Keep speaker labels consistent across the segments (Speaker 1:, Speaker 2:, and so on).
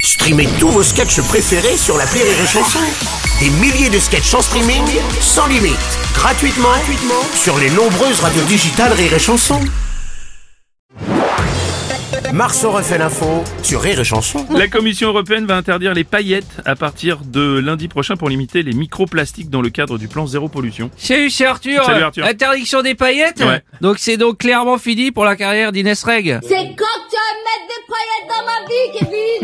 Speaker 1: Streamez tous vos sketchs préférés sur la Rire et Chanson. Des milliers de sketchs en streaming, sans limite, gratuitement, gratuitement sur les nombreuses radios digitales Rire et Chanson. Marceau refait l'info sur Rire et Chanson.
Speaker 2: La Commission européenne va interdire les paillettes à partir de lundi prochain pour limiter les microplastiques dans le cadre du plan zéro pollution.
Speaker 3: Salut, c'est Arthur.
Speaker 2: Salut, Arthur.
Speaker 3: Interdiction des paillettes.
Speaker 2: Ouais.
Speaker 3: Donc c'est donc clairement fini pour la carrière d'Inès Reg.
Speaker 4: C'est quand tu vas mettre des paillettes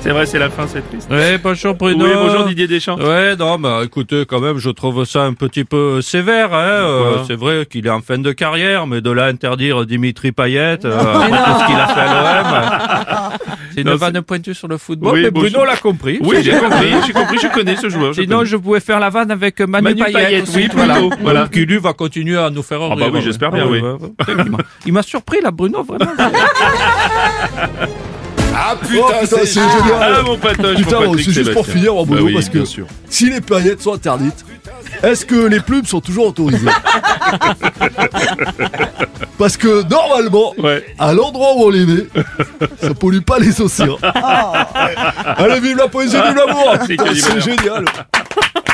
Speaker 2: C'est vrai, c'est la fin, c'est triste.
Speaker 5: Ouais, bonjour Bruno.
Speaker 2: Oui, bonjour Didier Deschamps.
Speaker 5: Ouais, non, bah écoutez, quand même, je trouve ça un petit peu euh, sévère. Hein, euh,
Speaker 2: Pourquoi
Speaker 5: c'est vrai qu'il est en fin de carrière, mais de là à interdire Dimitri Payet, euh, après tout ce qu'il a fait à l'OM. C'est une
Speaker 2: Non,
Speaker 5: vanne pointue sur le football,
Speaker 2: Oui,
Speaker 5: mais
Speaker 2: bon,
Speaker 5: Bruno
Speaker 2: je-
Speaker 5: l'a compris.
Speaker 2: Oui, j'ai compris, j'ai compris, je connais ce joueur. je
Speaker 5: Sinon,
Speaker 2: connais.
Speaker 5: je pouvais faire la vanne avec Manu,
Speaker 2: Manu
Speaker 5: Payet.
Speaker 2: Payet,
Speaker 5: aussi,
Speaker 2: oui, plutôt, voilà.
Speaker 5: Qui lui va continuer à nous faire rire.
Speaker 2: bah oui, j'espère bien, oui.
Speaker 5: ouais, ouais. Il m'a- Il m'a surpris là, Bruno, vraiment.
Speaker 6: Ah putain, c'est génial
Speaker 2: Ah mon patoche,
Speaker 6: Putain,
Speaker 2: mon
Speaker 6: oh,
Speaker 2: Patrick
Speaker 6: c'est juste pour
Speaker 2: Sébastien.
Speaker 6: finir, oh,
Speaker 2: Bah
Speaker 6: Bruno,
Speaker 2: oui,
Speaker 6: parce que
Speaker 2: bien sûr.
Speaker 6: si les paillettes sont interdites, est-ce que les plumes sont toujours autorisées Parce que normalement,
Speaker 2: Ouais.
Speaker 6: à l'endroit où on les met, ça pollue pas
Speaker 2: Ah.
Speaker 6: les océans. Allez, vive la poésie, vive l'amour
Speaker 2: C'est
Speaker 6: Putain,
Speaker 2: quel
Speaker 6: C'est
Speaker 2: bonheur.
Speaker 6: génial